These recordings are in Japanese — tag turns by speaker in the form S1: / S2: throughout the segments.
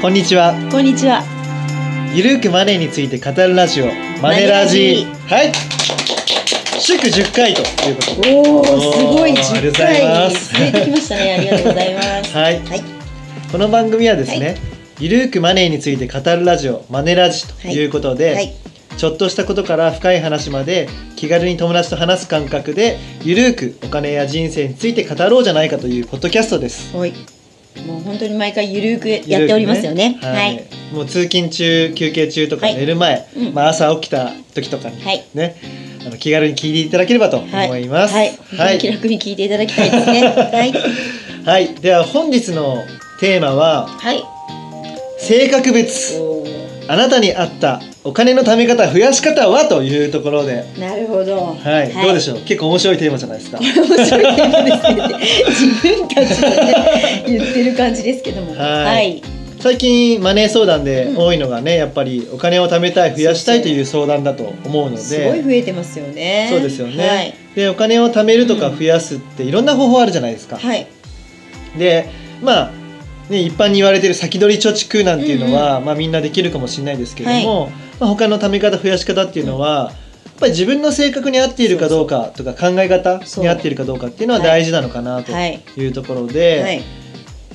S1: こんにちは。
S2: こんにちは。
S1: ゆるくマネーについて語るラジオ、マネラジはい。祝10回ということで。
S2: おお、すごい
S1: おーあり
S2: 10
S1: がとうございま
S2: 回
S1: す
S2: 続いてきましたね。ありがとうございます。
S1: はい
S2: はい。
S1: この番組はですね、
S2: は
S1: ゆるくマネーについて語るラジオ、マネラジということで、
S2: はい。
S1: ちょっとしたことから深い話まで気軽に友達と話す感覚でゆるくお金や人生について語ろうじゃないかというポッドキャストです。
S2: おい。もう本当に毎回ゆるくやっておりますよね。
S1: ゆるく
S2: は
S1: はい
S2: い。
S1: もう通勤中、休憩中とか
S2: はい
S1: 寝る前、
S2: うん
S1: まあ朝起きた時とかに
S2: はい
S1: ね、あの気軽に聞いていただければと
S2: は
S1: 思います。
S2: はい。本当
S1: は
S2: に気
S1: い、
S2: 楽に聞いていただきたいで すね。はい。
S1: はいでは本日のテーマは
S2: はい。
S1: 性格別。
S2: お
S1: あなたに合ったお金の貯め方、増やし方はというところで、
S2: ーなるほど。
S1: はい、どうで
S2: ょ
S1: しょう。結構面白いテーマじゃないですか。
S2: う。面白いテーマですね。自分たちでね言ってる感じですけども。
S1: はい
S2: はい。
S1: 最近マネー相談で
S2: うん
S1: 多いのがね、やっぱりお金を貯めたい増やしたいという相談だと思うのです
S2: ごい増えてますよね。
S1: そうですよね、
S2: はい。
S1: でお金を貯めるとか
S2: うん
S1: 増やすっていろんな方法あるじゃないですか、
S2: はい。
S1: でまあ、ね、一般に言われてる先取り貯蓄なんていうのは、まあ、みんなできるかもしれないですけれども、まあ、他の貯め方増やし方っていうのは、やっぱり自分の性格に合っているかどうかとか考え方
S2: そう
S1: に合っているかどうかっていうのは大事なのかなと
S2: はい
S1: いうところで、
S2: はい。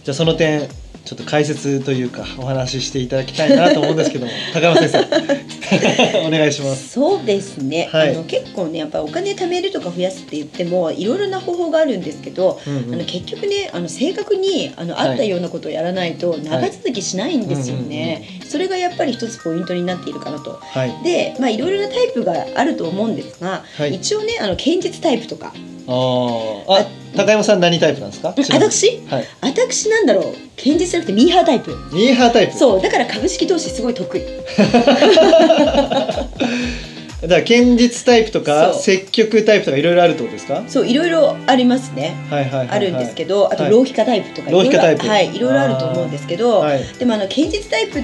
S1: じゃあその点ちょっと解説というかお話ししていただきたいなと思うんですけども高山先 生 お願いします。
S2: そうですね、
S1: はい
S2: あの結構ねやっぱお金貯めるとか増やすって言ってもいろいろな方法があるんですけど、
S1: うんうん
S2: あの結局ねあの正確にあの
S1: はい
S2: 合ったようなことをやらないと長続きしないんですよね、それがやっぱり一つポイントになっているかなと
S1: はい、
S2: でまあいろいろなタイプがあると思うんですが、
S1: はい
S2: 一応ねあの堅実タイプとか
S1: あーあ高山さん何タイプなんですか？ちなみに
S2: 私
S1: はい。
S2: 私なんだろう堅実じゃなくてミーハータイプ
S1: ミーハータイプ。
S2: そうだから株式投資すごい得意
S1: だから堅実タイプとか
S2: そう
S1: 積極タイプとかいろいろあるってことですか？はい
S2: そういろいろありますね
S1: はいはい、はい。
S2: あるんですけど、あ
S1: は
S2: と
S1: い
S2: 浪費家タイプとか、
S1: 浪費家タイプ
S2: はい、いろいろあると思うんですけど、
S1: はい
S2: でもあの堅実タイプの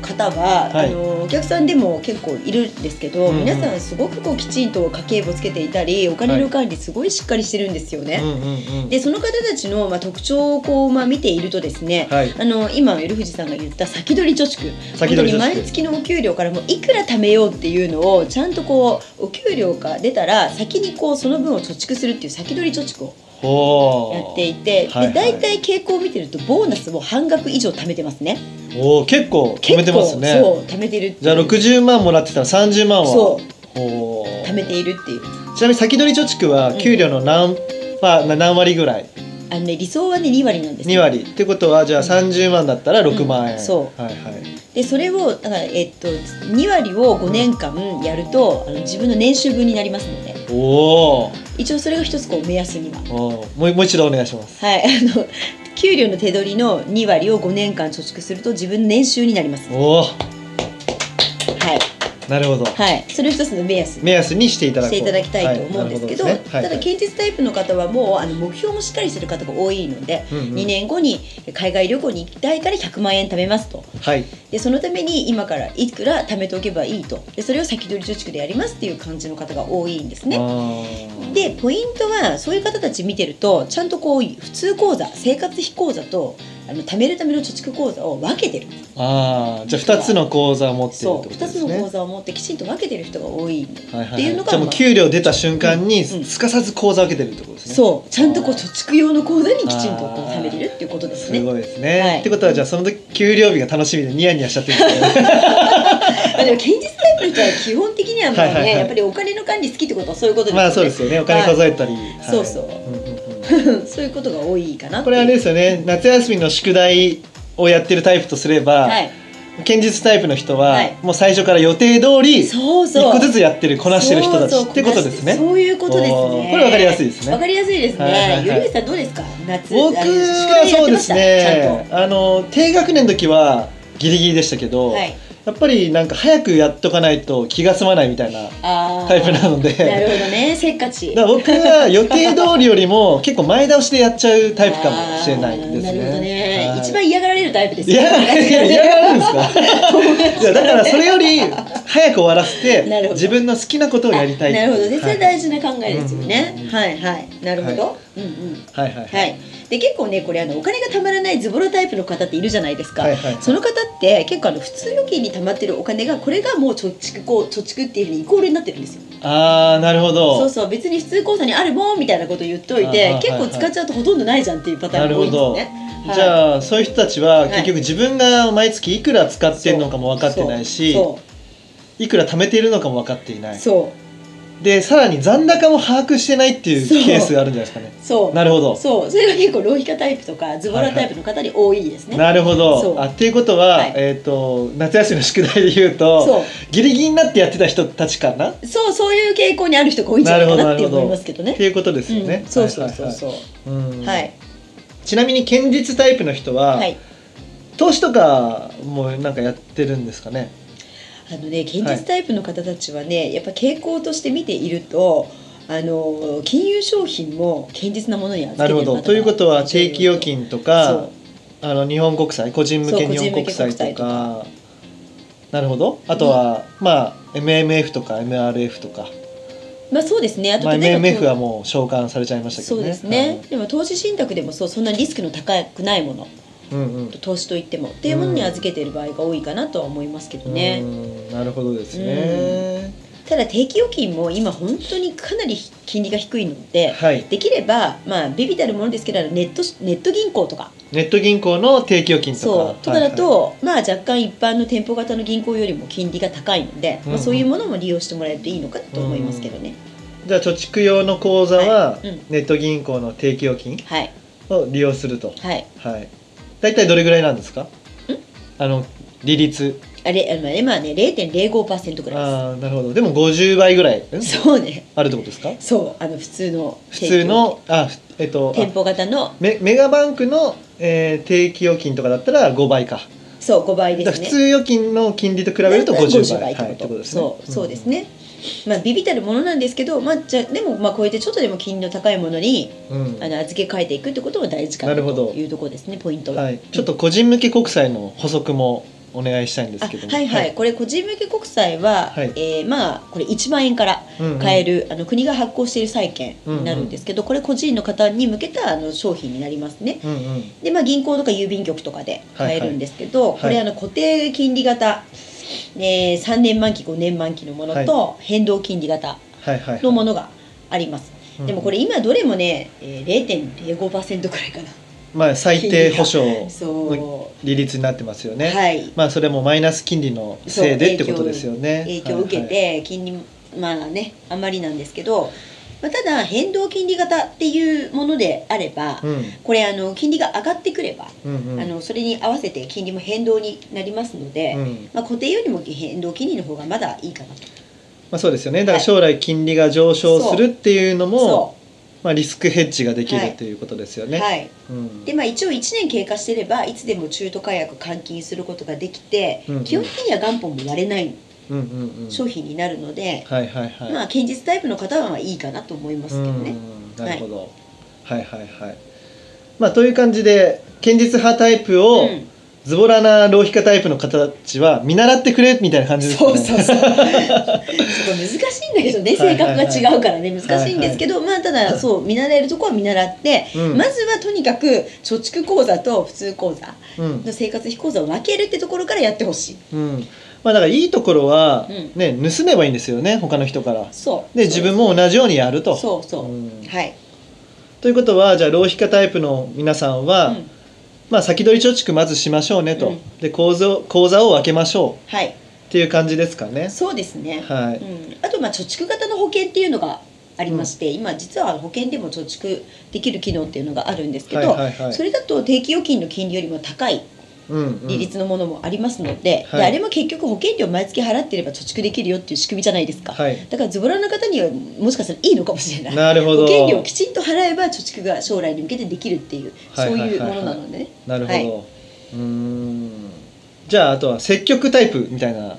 S2: 方は、
S1: はい
S2: あのお客さんでも結構いるんですけど、
S1: うんうん
S2: 皆さんすごくこうきちんと家計簿つけていたりお金の管理すごいしっかりしてるんですよね。
S1: うんうんうん。
S2: でその方たちの、まあ、特徴をこう、まあ、見ているとですね、
S1: はい
S2: あの今よるふじさんが言った先取り貯蓄
S1: 先取り貯蓄
S2: 本当に毎月のお給料からもいくら貯めようっていうのをちゃんとこうお給料が出たら先にこうその分を貯蓄するっていう先取り貯蓄を
S1: ほー
S2: やっていて、
S1: はいはい
S2: で大体傾向を見てるとボーナスも半額以上貯めてますね
S1: おお結構貯めてます
S2: 結構
S1: ね。
S2: そう貯めてるっていう
S1: じゃあ60万もらってたら30万は。。
S2: そう
S1: ほー
S2: 貯めているっていう
S1: ちなみに先取り貯蓄は給料の何パー、何割ぐらい？
S2: あの、ね、理想はね2割なんです
S1: 2
S2: よ
S1: 割ってことはじゃあ30万だったら6万円、
S2: うんそう
S1: はいはい
S2: でそれをだから、えっと、2割を5年間やると、あの自分の年収分になりますので
S1: おー
S2: 一応それが一つこう目安には
S1: おーもうもう一度お願いします
S2: はいあの給料の手取りの2割を5年間貯蓄すると自分の年収になりますは
S1: おお
S2: い、
S1: なるほど、
S2: はい、それを一つの目安
S1: 目安にしていただ
S2: し
S1: こう
S2: ていただきたいと思うんですけど,、
S1: はいなるほ
S2: た
S1: ど
S2: だ
S1: です
S2: 堅
S1: ね
S2: 実タイプの方はもうあの目標もしっかりしてる方が多いので、
S1: うんうん
S2: 2年後に海外旅行に行きたいから100万円貯めますと
S1: はい、はい
S2: でそのために今からいくら貯めておけばいいとでそれを先取り貯蓄でやりますっていう感じの方が多いんですね。
S1: あー
S2: でポイントはそういう方たち見てるとちゃんとこう普通口座生活費口座とあの貯めるための貯蓄口座を分けてる
S1: あーじゃあ2つの口座を持ってるってこ
S2: そう
S1: と
S2: 2
S1: で
S2: つ
S1: す
S2: の
S1: ね
S2: 口座を持ってきちんと分けてる人が多いって
S1: はいはいはい
S2: いうのが、
S1: じゃあもう
S2: まあ
S1: 給料出た瞬間に
S2: うんうん
S1: すかさず口座を開けてるってことですね
S2: そうちゃんとこう貯蓄用の口座にきちんとこう
S1: あー
S2: 貯めれるっていうことです
S1: す
S2: ね。
S1: ごいですね、
S2: はい
S1: ってことはじゃあその時給料日が楽しみでニヤニヤしちゃってるんですね
S2: まあでも堅実タイプの人は基本的にはまあね
S1: はいはいはい
S2: やっぱりお金の管理好きってことは そういうことですよね。
S1: まあそうですよねお金数えたり、はい
S2: そうそうん
S1: んうん
S2: はいそういうことが多いかなっていう。
S1: これあれですよね夏休みの宿題をやってるタイプとすれば、
S2: はい。
S1: 堅実タイプの人は、
S2: はい
S1: もう最初から予定通り一
S2: そうそう。
S1: 個ずつやってるこなしてる人た
S2: そう
S1: ち
S2: そう
S1: ってことですね
S2: こなしてそういうことです
S1: お
S2: ね
S1: ー。これわかりやすいですね
S2: わかりやすいです
S1: はいはいは
S2: ね。
S1: い
S2: ゆりえさんどうですか夏。
S1: 僕
S2: あ
S1: は
S2: の
S1: そうです。
S2: 宿題やってまし
S1: ねあの低学年の時はギリギリでしたけ
S2: た
S1: ど、
S2: はい。
S1: やっぱりなんか早くやっとかないと気が済まないみたいな
S2: あー
S1: タイプなので
S2: なるほどね。せっかち。
S1: だから僕は予定通りよりも結構前倒しでやっちゃうタイプかもしれないですね。
S2: あーなるほどね。
S1: はい
S2: 一番嫌がられるタイプですよ
S1: 嫌がられる嫌がられるんです かいやだからそれより早く終わらせ
S2: なる
S1: て
S2: ほど
S1: 自分の好きなことをやりたい
S2: なるほどねそ
S1: は
S2: れ
S1: い
S2: 大事な考えですよね、
S1: うん
S2: はいはいなるほど、うんうん
S1: はいはいはい
S2: はいで結構ねこれあのお金がたまらないズボラタイプの方っているじゃないですか、
S1: はいはい
S2: その方って結構あの普通預金に貯まってるお金がこれがもう貯蓄こう貯蓄っていうふうにイコールになってるんですよ
S1: ああなるほ
S2: そう
S1: ど
S2: そう別に普通口座にあるもんみたいなこと言っといて
S1: あー
S2: 結構使っちゃうとほとんどないじゃんっていうパターンが多いんですよね。はい
S1: じゃあそういう人たちは結
S2: は
S1: 局自分が毎月いくら使ってるのかも分かってないし
S2: そ
S1: いくら貯めているのかも分かっていな
S2: う
S1: い
S2: そう
S1: でさらに残高も把握してないっていう
S2: そう
S1: ケースがあるんじゃないですかね
S2: そうそう
S1: なるほど
S2: そうそれが結構浪費家タイプとかズボラタイプの方に多いですね。
S1: なるほ
S2: そう
S1: どあっていうことは、
S2: はい
S1: えっ、と夏休みの宿題で言うと
S2: そ
S1: ギリギリになってやってた人たちかなっ
S2: うそうそういう傾向にある人が多いんじゃないかなって
S1: なるほどなるほど
S2: 思いますけどね。
S1: ていうことですよね、
S2: うん、そうそうそうそう。
S1: はいはいはいうん
S2: はい
S1: ちなみに堅実タイプの人は、
S2: はい。
S1: 投資とかもなんかやってるんですかね
S2: あのね現実タイプの方たちはねやっぱ傾向として見ているとあの金融商品も堅実なものに預
S1: な
S2: けて
S1: る
S2: る
S1: ほど
S2: 方が
S1: ということは定期預金と
S2: そう
S1: かあの日本国債個人向
S2: そう
S1: け日本
S2: 個人向
S1: 国
S2: け
S1: 債
S2: 国債
S1: と
S2: とか
S1: かなるほどあとは、まあ MMF とか MRF とか、
S2: まあそうですねあと
S1: まあ、
S2: 例えば
S1: MMF はもう償還されちゃいましたけ
S2: そ
S1: ど
S2: う
S1: ね
S2: ですね、でも投資信託でもそうそんなリスクの高くないもの
S1: はいうんうん
S2: 投資といってもっていうものに預けている場合が多いかなとは思いますけどね、
S1: うんなるほどですね、
S2: ただ定期預金も今本当にかなり金利が低いので、
S1: はい
S2: できれば、まあ、ビビたるものですけどネットネット銀行とか
S1: ネット銀行の定期預金とか
S2: そうと
S1: は
S2: か
S1: いはい
S2: だと、まあ、若干一般の店舗型の銀行よりも金利が高いので、
S1: うん
S2: ま
S1: う
S2: あ、
S1: ん
S2: そういうものも利用してもらえるといいのかなと思いますけどね、
S1: じゃあ貯蓄用の口座は、
S2: はいうん
S1: ネット銀行の定期預金
S2: はい
S1: を利用すると
S2: はい
S1: はい大体どれぐらいなんですかあの利率
S2: あれあの今はね0.05%ぐらい
S1: ああなるほどでも50倍ぐらいん
S2: ですそうね
S1: あるってことですか
S2: そうあの普通の
S1: 普通のあふえっと
S2: 店舗型の
S1: あメメガバンクの、えー定期預金とかだったら5倍か
S2: そう5倍で
S1: だ
S2: す
S1: から
S2: ね
S1: 普通預金の金利と比べると50倍はい
S2: っ
S1: っててこと
S2: こ
S1: とですね
S2: そうそうです
S1: ね
S2: ね、まあビビたるものなんですけど、まあ、じゃあでもまあこうやってちょっとでも金利の高いものに
S1: うん
S2: あの預け替えていくってことが大事かな
S1: なるほど
S2: というところですねポイントは、
S1: はい、ちょっと個人向け国債の補足もお願いしたいんですけども
S2: あはいはい、これ個人向け国債は、
S1: はい
S2: えーまあこれ1万円から買える、あの国が発行している債券になるんですけど、これ個人の方に向けたあの商品になりますね
S1: うんうん、うんうん
S2: で、まあ、銀行とか郵便局とかで買えるんですけど、
S1: い
S2: これあの固定金利型、えー、3年満期5年満期のものと変動金利型
S1: はいはいはい
S2: のものがあります、
S1: うん
S2: でもこれ今どれもね、えー、0.05%くらいかな
S1: まあ最低保証
S2: そ
S1: の利率になってますよね、
S2: はい
S1: まあそれもマイナス金利のせいでってことですよね
S2: 影響を受けて金利、まあねあんまりなんですけど、まあ、ただ変動金利型っていうものであれば、
S1: はいはい
S2: これあの金利が上がってくれば、
S1: うんうんうん
S2: あのそれに合わせて金利も変動になりますので、
S1: うん
S2: まあ、固定よりも変動金利の方がまだいいかなと
S1: まあ、そうですよねだから将来金利が上昇するっていうのも
S2: そ
S1: まあ、リスクヘッジができ
S2: は
S1: る
S2: い
S1: ということですよ
S2: う、
S1: ね、
S2: はい
S1: うん
S2: でまあ、一応1年経過してればいつでも中途解約換金することができて、
S1: うんうん
S2: 基本的には元本も割れない
S1: うんうんうん
S2: 商品になるので、
S1: はいはいはい、
S2: まあ堅実タイプの方はいいかなと思いますけどね。
S1: うんなるほど、はい、はいはいまあという感じで堅実派タイプを、
S2: うん
S1: ズボラな浪費家タイプの方たちは見習ってくれみたいな感じですか
S2: そう
S1: ね
S2: そうそう。そこ難しいんだけどね、性格が違うからね、難しいんですけど、まあただそう見習えるとこは見習って、
S1: うん
S2: まずはとにかく貯蓄口座と普通口座
S1: うん
S2: の生活費口座を分けるってところからやってほしい。
S1: うんまあだからいいところは、
S2: うん
S1: ね盗めばいいんですよね他の人から
S2: そう。
S1: で自分も同じようにやると
S2: そうそう。
S1: ん
S2: はい。
S1: ということはじゃあ浪費家タイプの皆さんは、
S2: うん
S1: まあ先取り貯蓄まずしましょうねと、
S2: うん
S1: で口座を口座を分けましょ
S2: はい。
S1: うっていう感じですかね
S2: そうですね。
S1: はい
S2: うん。あとまあ貯蓄型の保険っていうのが。ありまして、今実は保険でも貯蓄できる機能っていうのがあるんですけど、
S1: はいはいはい
S2: それだと定期預金の金利よりも高い
S1: うんうん
S2: 利率のものもありますので,、
S1: はい
S2: であれも結局保険料毎月払ってれば貯蓄できるよっていう仕組みじゃないですか、
S1: はい
S2: だからズボラの方にはもしかしたらいいのかもしれない
S1: なるほど
S2: 保険料をきちんと払えば貯蓄が将来に向けてできるっていう、
S1: はいはいはいはい
S2: そういうものなのでね
S1: なるほど、
S2: はいう
S1: ーんじゃああとは積極タイプみたいな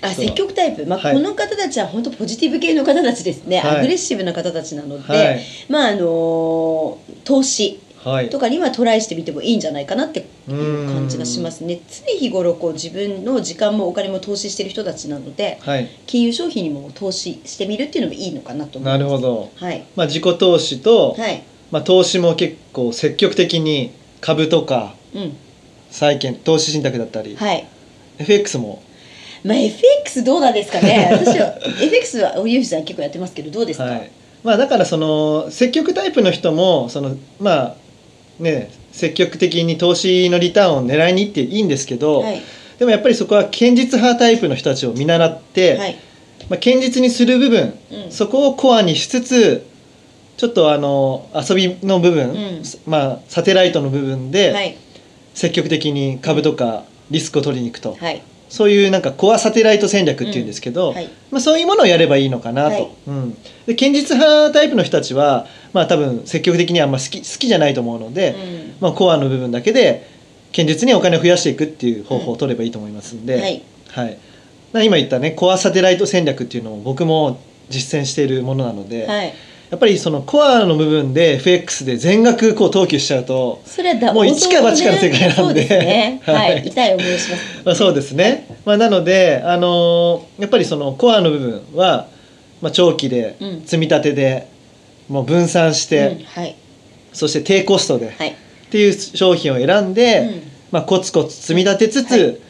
S2: あ積極タイプ、まあ
S1: はい
S2: この方たちは本当ポジティブ系の方たちですね、
S1: はい
S2: アグレッシブな方たちなので、
S1: はい
S2: まああのー投資
S1: はい
S2: とかにはトライしてみてもいいんじゃないかなっていう感じがしますすね常日頃こう自分の時間もお金も投資してる人たちなので
S1: はい
S2: 金融商品にも投資してみるっていうのもいいのかなと思いま
S1: な
S2: す
S1: るほど、
S2: はい
S1: まあ、自己投資と、
S2: はい
S1: まあ、投資も結構積極的に株とか
S2: うん
S1: 債券投資信託だったり、
S2: はい
S1: FX も
S2: まあ FX どうなんです かね私は FX はゆうじさん結構やってますけどどうですか、
S1: はいまあ、だからその積極タイプの人もそのまあね積極的に投資のリターンを狙いに行っていいんですけど、
S2: はい
S1: でもやっぱりそこは堅実派タイプの人たちを見習って、
S2: はい
S1: まあ、堅実にする部分、
S2: うん
S1: そこをコアにしつつちょっとあの遊びの部分、
S2: うん
S1: まあ、サテライトの部分
S2: は
S1: で
S2: い
S1: 積極的に株とかリスクを取りに行くと、
S2: はい
S1: そういうなんかコアサテライト戦略っていうんですけど、
S2: はい
S1: まあ、そういうものをやればいいのかなと、
S2: はい
S1: うん、で堅実派タイプの人たちは、まあ、多分積極的にはあんま好き好きじゃないと思うので、
S2: う
S1: まあ、コアの部分だけで堅実にお金を増やしていくっていう方法を取ればいいと思いますんで、
S2: んはい
S1: はいまあ今言ったねコアサテライト戦略っていうのを僕も実践しているものなので、
S2: はい
S1: やっぱりそのコアの部分で FX で全額こう投球しちゃうと、
S2: それはだ
S1: もう一か八かの世界なんで
S2: そうですね は
S1: はい
S2: い痛い思いをします
S1: まあ、そうですね、まあ、なので、あのーやっぱりそのコアの部分は、まあ、長期で
S2: うん
S1: 積み立てで、もう分散して、
S2: うんはい
S1: そして低コストで、
S2: はい
S1: っていう商品を選んで、
S2: うん
S1: まあ、コツコツ積み立てつつ、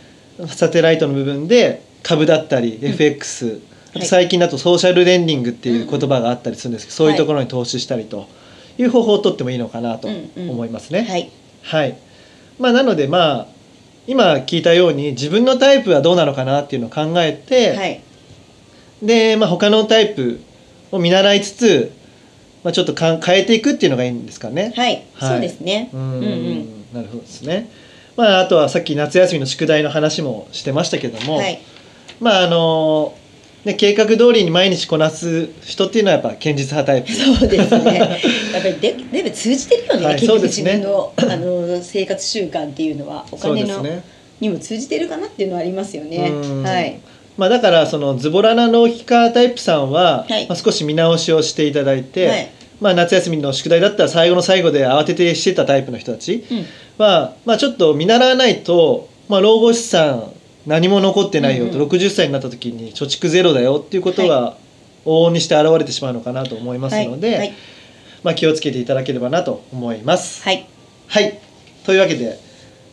S1: サテライトの部分で株だったり FX、あと最近だとソーシャルレンディングっていう言葉があったりするんですけど、そ
S2: うん
S1: ういうところに投資したりという方法をとってもいいのかなと思いますね。
S2: はい
S1: はい、まあ、なのでまあ今聞いたように自分のタイプはどうなのかなっていうのを考えて、
S2: はい
S1: で、まあ、他のタイプを見習いつつ、まあ、ちょっとかん変えていくっていうのがいいんですかね。
S2: はい
S1: はい
S2: そうですね
S1: う
S2: うんんうん
S1: なるほどですね。まあ、あとはさっき夏休みの宿題の話もしてましたけども、
S2: はい
S1: まああのね、計画通りに毎日こなす人っていうのはやっぱ堅実派タイプ
S2: そうですね。やっぱりで全部通じてるよね。
S1: はい
S2: 結
S1: そう
S2: 局
S1: です
S2: 自
S1: ね
S2: 分のあの生活習慣っていうのはお
S1: そう
S2: 金
S1: です
S2: の、
S1: ね。
S2: にも通じてるかなっていうのはありますよね
S1: うん。
S2: はい。
S1: まあ、だからそのズボラな浪費家タイプさんは、
S2: はい
S1: まあ、少し見直しをしていただいて、
S2: はい
S1: まあ、夏休みの宿題だったら最後の最後で慌ててしてたタイプの人たち
S2: うん
S1: は、まあ、ちょっと見習わないと、まあ、老後資産何も残ってないよと、
S2: うんうん
S1: 60歳になった時に貯蓄ゼロだよっていうことが往々にして現れてしまうのかなと思いますので、
S2: はいはい
S1: まあ、気をつけていただければなと思います。
S2: はい
S1: はい、というわけで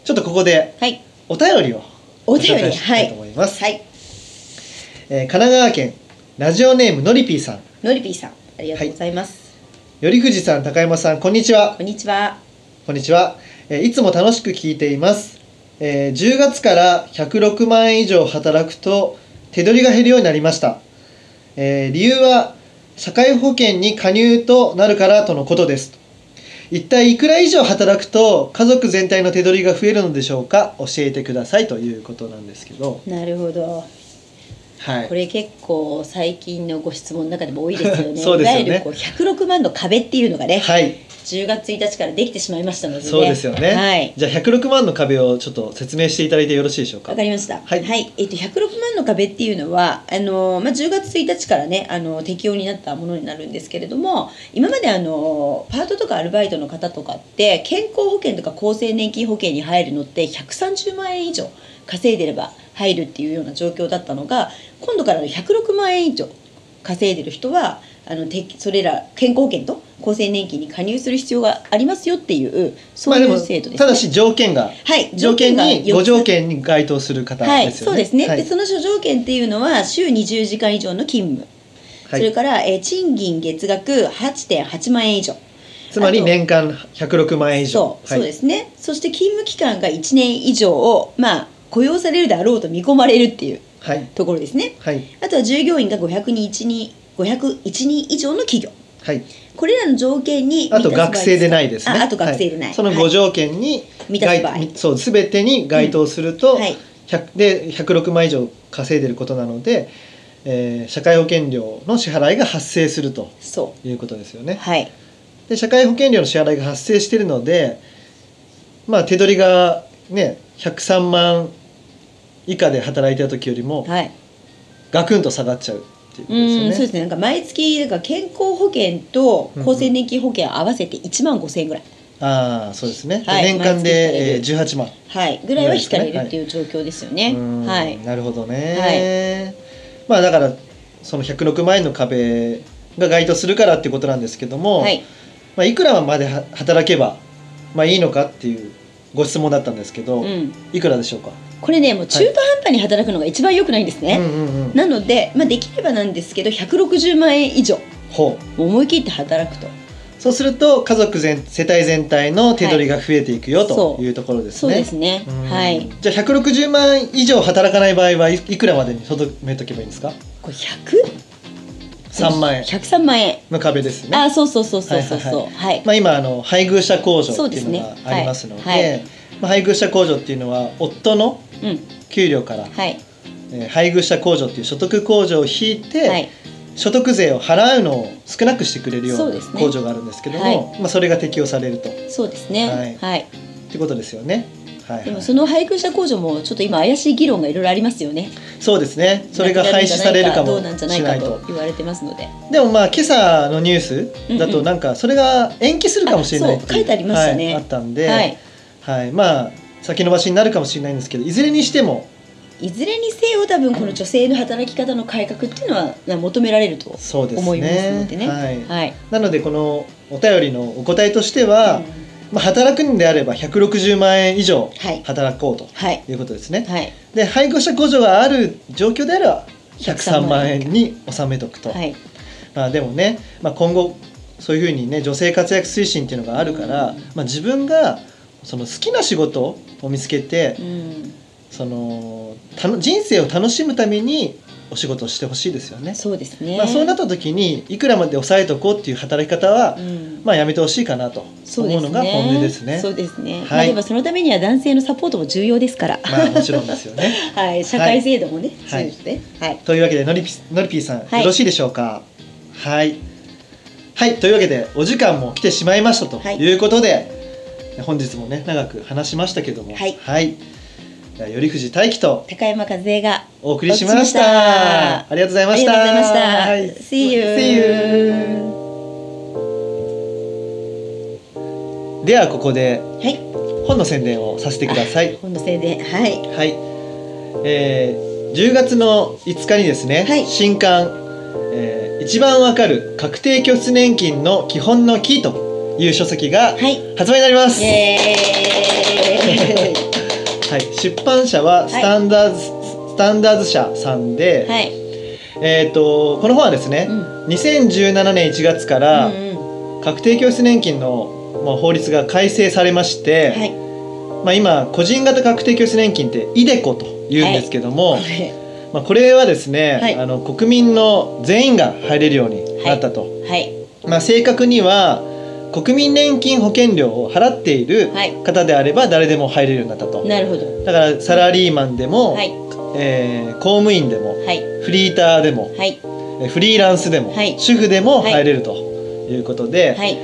S1: ちょっとここで
S2: はい
S1: お便りを
S2: お便
S1: ご
S2: り
S1: 紹介したいと思います。
S2: はい
S1: えー神奈川県ラジオネームのりぴーさん
S2: のりぴーさんありがとうございます。
S1: よりふじさん高山さんこんにちは
S2: こんにちは。
S1: こんにちは、えーいつも楽しく聞いています、えー10月から106万円以上働くと手取りが減るようになりました、えー理由は社会保険に加入となるからとのことです一体いくら以上働くと家族全体の手取りが増えるのでしょうか教えてくださいということなんですけど
S2: なるほど。
S1: はい
S2: これ結構最近のご質問の中でも多いですよ ね。
S1: そうですよね
S2: いわゆるこう106万の壁っていうのがね、
S1: はい
S2: 10月1日からできてしまいましたのでね。
S1: そうですよね。
S2: はい。
S1: じゃあ106万の壁をちょっと説明していただいてよろしいでしょうか。
S2: わかりました。
S1: はい
S2: えっ、と106万の壁っていうのはあのまあ10月1日からねあの適用になったものになるんですけれども、今まであのパートとかアルバイトの方とかって健康保険とか厚生年金保険に入るのって130万円以上稼いでれば入るっていうような状況だったのが、今度からの106万円以上稼いでる人はあのてそれら健康保険と厚生年金に加入する必要がありますよっていうそういう制度ですね。
S1: ただし条件が、
S2: はい
S1: 条件
S2: 条件
S1: に
S2: が
S1: ご条件に該当する方
S2: はい、
S1: ですよね。
S2: そうですね、
S1: はい
S2: でその諸条件っていうのは週20時間以上の勤務、
S1: はい
S2: それから、えー賃金月額8.8万円以上
S1: つまり
S2: あと
S1: 年間106万円以上。
S2: そう,、
S1: はい
S2: そうですねそして勤務期間が1年以上を、まあ、雇用されるであろうと見込まれるっていう
S1: はい
S2: ところですね
S1: はい
S2: あとは従業員が501人501人以上の企業
S1: はい。
S2: これらの条件に
S1: あと学生でないですね。
S2: ああと学生でない、
S1: はその
S2: は
S1: ご
S2: い
S1: 条件に
S2: 満たす場合
S1: 該そうすべてに該当すると、
S2: うんはい
S1: 100で106万円以上稼いでることなので、えー社会保険料の支払いが発生すると
S2: そ
S1: いうことですよね
S2: う。はい
S1: で社会保険料の支払いが発生しているので、まあ、手取りが、ね、103万以下で働いてた時よりも
S2: はい
S1: ガクンと下がっちゃうっていうことですよ
S2: うん
S1: ね。
S2: そうですねなんか毎月なんか健康保険と
S1: うんうん
S2: 厚生年金保険合わせて1万5000円ぐらい
S1: ああそうですね、
S2: はい
S1: 年間で、え
S2: 毎
S1: ー、18万
S2: はい、ぐらいは引かれるっていう状況ですよね。
S1: うん
S2: はい、
S1: なるほどね、まあだからその106万円の壁が該当するからってことなんですけども、
S2: はい、
S1: まあ、いくらまでは働けば、まあ、いいのかっていうご質問だったんですけど、
S2: うん、
S1: いくらでしょうか、
S2: これね、もう中途半端に働くのが一番良くないんです
S1: う
S2: ね。
S1: んうんうん、
S2: なので、まあ、できればなんですけど、160万円以上、
S1: ほ
S2: 思い切って働くと。
S1: うそうすると家族全世帯全体の手取りが増えていくよ
S2: はい
S1: と
S2: そう
S1: いうところです
S2: そう
S1: ね。
S2: ですね。
S1: うん
S2: はい。
S1: じゃあ160万円以上働かない場合はいいくらまでにとどめとけばいいんですか
S2: これ 100?
S1: 3万円
S2: 103万円。
S1: の壁ですね
S2: あ、そうそうそうそうそうそう。はい。
S1: まあ、今あの配偶者控除っていうの
S2: そ
S1: が
S2: うですね
S1: ありますので
S2: はいはい
S1: まあ、配偶者控除っていうのは夫の
S2: うん。
S1: 給料から、
S2: はい。
S1: えー配偶者控除っていう所得控除を引いて、
S2: はい。
S1: 所得税を払うのを少なくしてくれるよう
S2: そう
S1: な
S2: ですね
S1: 控除があるんですけども、
S2: は
S1: まあ、それが適用されるとっ
S2: そうです
S1: はい
S2: ね。はい。
S1: てことですよね。はいはい
S2: でもその配偶者控除もちょっと今怪しい議論がいろいろありますよね。
S1: そうですねそれが廃止されるかも
S2: なくなる
S1: し
S2: んじゃない
S1: な
S2: か
S1: い
S2: どうなんじ
S1: と
S2: ゃないかと言われてますので。
S1: でもまあ今朝のニュースだ
S2: うん
S1: と
S2: うん
S1: なんかそれが延期するかもしれないって
S2: あそう書いてありましたね
S1: はいあったんで、
S2: はい。
S1: はい、まあ先延ばしになるかもしれないんですけどいずれにしても
S2: いずれにせよ多分この女性の働き方の改革っていうのはな求められると
S1: そうですね
S2: 思いますのでね。
S1: はい
S2: はい。
S1: なのでこのお便りのお答えとしては、
S2: うん
S1: まあ、働くんであれば160万円以上
S2: はい
S1: 働こうと
S2: はい。
S1: いうことですね、
S2: はい。
S1: で配偶者控除がある状況であれば103
S2: 103
S1: 万
S2: 万
S1: 円に収めとくと、
S2: はい。
S1: まあ、でもね、まあ、今後そういうふうにね女性活躍推進っていうのがあるから、
S2: うん
S1: まあ、自分がその好きな仕事を見つけて
S2: うん。
S1: そのたの人生を楽しむためにお仕事をしてほしいですよね。
S2: そうですね。
S1: まあ、そうなった時にいくらまで抑えとこうっていう働き方は
S2: う、ん。
S1: まあ、やめてほしいかなと
S2: そう
S1: 思
S2: で
S1: う
S2: す
S1: のが
S2: ね。
S1: 本音ですね。
S2: そうですね。
S1: はい
S2: まあでもそのためには男性のサポートも重要ですから。
S1: まあもちろんですよ ね。
S2: はい、社会制度もね、
S1: はい
S2: そうですね。はい。
S1: というわけでのりぴのりぴーさん、
S2: はい
S1: よろしいでしょうかはいはいというわけでお時間も来てしまいましたと
S2: はい
S1: いうことで、本日もね長く話しましたけども
S2: はい
S1: では頼藤大樹と
S2: 高山和恵が。
S1: お送りしま
S2: お送り
S1: し
S2: したまし
S1: あ
S2: た
S1: りがとうございました
S2: ありがとうございました
S1: はい
S2: See you
S1: See you ではここで
S2: はい。
S1: 本の宣伝をさせてください
S2: あ本のせいで、はい。
S1: はい、えー10月の5日にですね、
S2: はい
S1: 新刊、えー一番わかる確定拠出年金の基本のキー」という書籍が
S2: はい。
S1: 発売になります、
S2: イエ
S1: はい、出版社はスタンダーズ、スタンダーズ社さんで
S2: ーイ。、はい。
S1: えー、とこの本はですね、
S2: うん。
S1: 2017年1月から
S2: うんうん
S1: 確定拠出年金の、まあ、法律が改正されまして、
S2: はい。
S1: まあ、今個人型確定拠出年金ってイデコというんですけども、
S2: は
S1: まあ、これはですね、
S2: はい
S1: あの国民の全員が入れるようになったと、
S2: い。
S1: まあ、正確には国民年金保険料を払っている
S2: はい
S1: 方であれば誰でも入れるようになったと、
S2: なるほど。
S1: だからサラリーマンでも、
S2: はい。
S1: えー公務員でも
S2: はい。
S1: フリーターでも
S2: はい。
S1: えーフリーランスでも、
S2: はい
S1: 主婦でも
S2: はい
S1: 入れるということで、
S2: はい。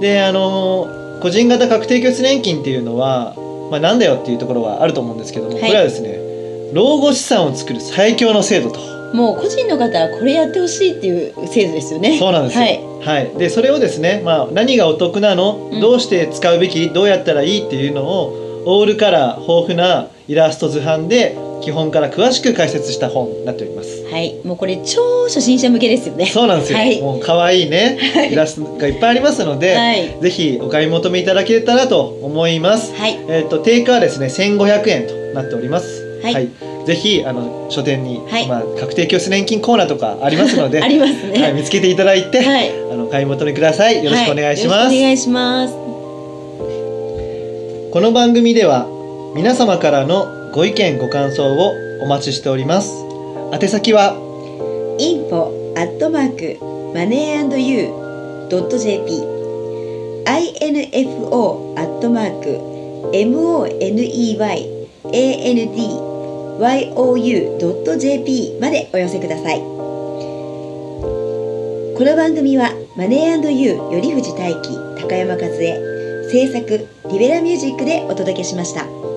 S1: であのー個人型確定拠出年金っていうのは、まあ、なんだよっていうところはあると思うんですけども、
S2: はい
S1: これはですね老後資産を作る最強の制度と。
S2: もう個人の方はこれやってほしいっていう制度ですよね。
S1: そうなんですよ。
S2: は
S1: はい
S2: い。、
S1: でそれをですね、まあ何がお得なの、
S2: うん
S1: どうして使うべき、どうやったらいいっていうのをオールカラー豊富なイラスト図版で基本から詳しく解説した本になっております。
S2: はい。もうこれ超初心者向けですよね。
S1: そうなんですよ。
S2: はい
S1: もう可愛いね、イラストがいっぱいありますので、
S2: はい
S1: ぜひお買い求めいただけたらと思います。
S2: はい。
S1: えっ、と定価はですね1500円となっております。
S2: はい
S1: ぜひあの書店に、
S2: はい
S1: まあ確定拠出年金コーナーとかありますので、
S2: あります
S1: はい、
S2: ね。
S1: 見つけていただいて。
S2: はい。
S1: あの買い求めください。よろしくお願いします。
S2: はい、よろしくお願いします。
S1: この番組では皆様からのご意見ご感想をお待ちしております。宛先は
S2: info アットマークマネー .you.jp info アットマーク moneyandyou.jp までお寄せくださいこの番組はマネー &you より藤大輝高山和恵制作リベラミュージックでお届けしました。